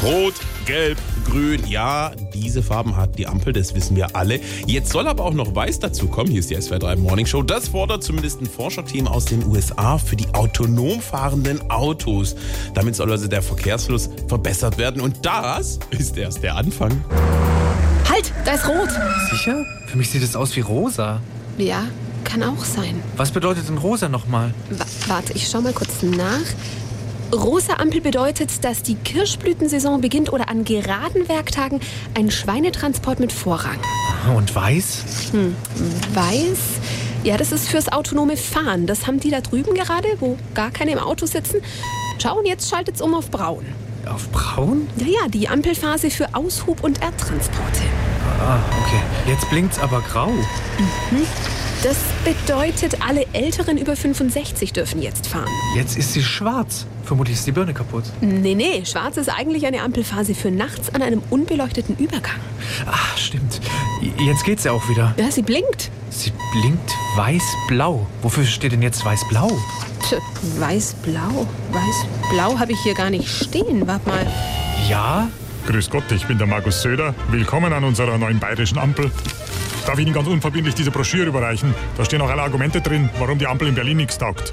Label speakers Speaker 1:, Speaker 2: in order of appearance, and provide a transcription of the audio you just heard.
Speaker 1: Rot, Gelb, Grün. Ja, diese Farben hat die Ampel, das wissen wir alle. Jetzt soll aber auch noch Weiß dazu kommen. Hier ist die SWR3 Morning Show. Das fordert zumindest ein Forscherteam aus den USA für die autonom fahrenden Autos. Damit soll also der Verkehrsfluss verbessert werden. Und das ist erst der Anfang.
Speaker 2: Halt, da ist rot.
Speaker 3: Sicher? Für mich sieht es aus wie rosa.
Speaker 2: Ja, kann auch sein.
Speaker 3: Was bedeutet denn rosa nochmal?
Speaker 2: Wa- warte, ich schau mal kurz nach. Rosa Ampel bedeutet, dass die Kirschblütensaison beginnt oder an geraden Werktagen ein Schweinetransport mit Vorrang.
Speaker 3: Und weiß?
Speaker 2: Weiß? Ja, das ist fürs autonome Fahren. Das haben die da drüben gerade, wo gar keine im Auto sitzen. Schau, und jetzt schaltet's um auf braun.
Speaker 3: Auf braun?
Speaker 2: Ja, ja, die Ampelphase für Aushub- und Erdtransporte.
Speaker 3: Ah, okay. Jetzt blinkt's aber grau.
Speaker 2: Das bedeutet, alle Älteren über 65 dürfen jetzt fahren.
Speaker 3: Jetzt ist sie schwarz. Vermutlich ist die Birne kaputt.
Speaker 2: Nee, nee, schwarz ist eigentlich eine Ampelphase für nachts an einem unbeleuchteten Übergang.
Speaker 3: Ah, stimmt. J- Jetzt geht's ja auch wieder.
Speaker 2: Ja, sie blinkt.
Speaker 3: Sie blinkt weiß-blau. Wofür steht denn jetzt weiß-blau?
Speaker 2: Tja, weiß-blau. Weiß-blau habe ich hier gar nicht stehen. Warte mal.
Speaker 3: Ja?
Speaker 4: Grüß Gott, ich bin der Markus Söder. Willkommen an unserer neuen bayerischen Ampel. Darf ich Ihnen ganz unverbindlich diese Broschüre überreichen? Da stehen auch alle Argumente drin, warum die Ampel in Berlin nichts taugt.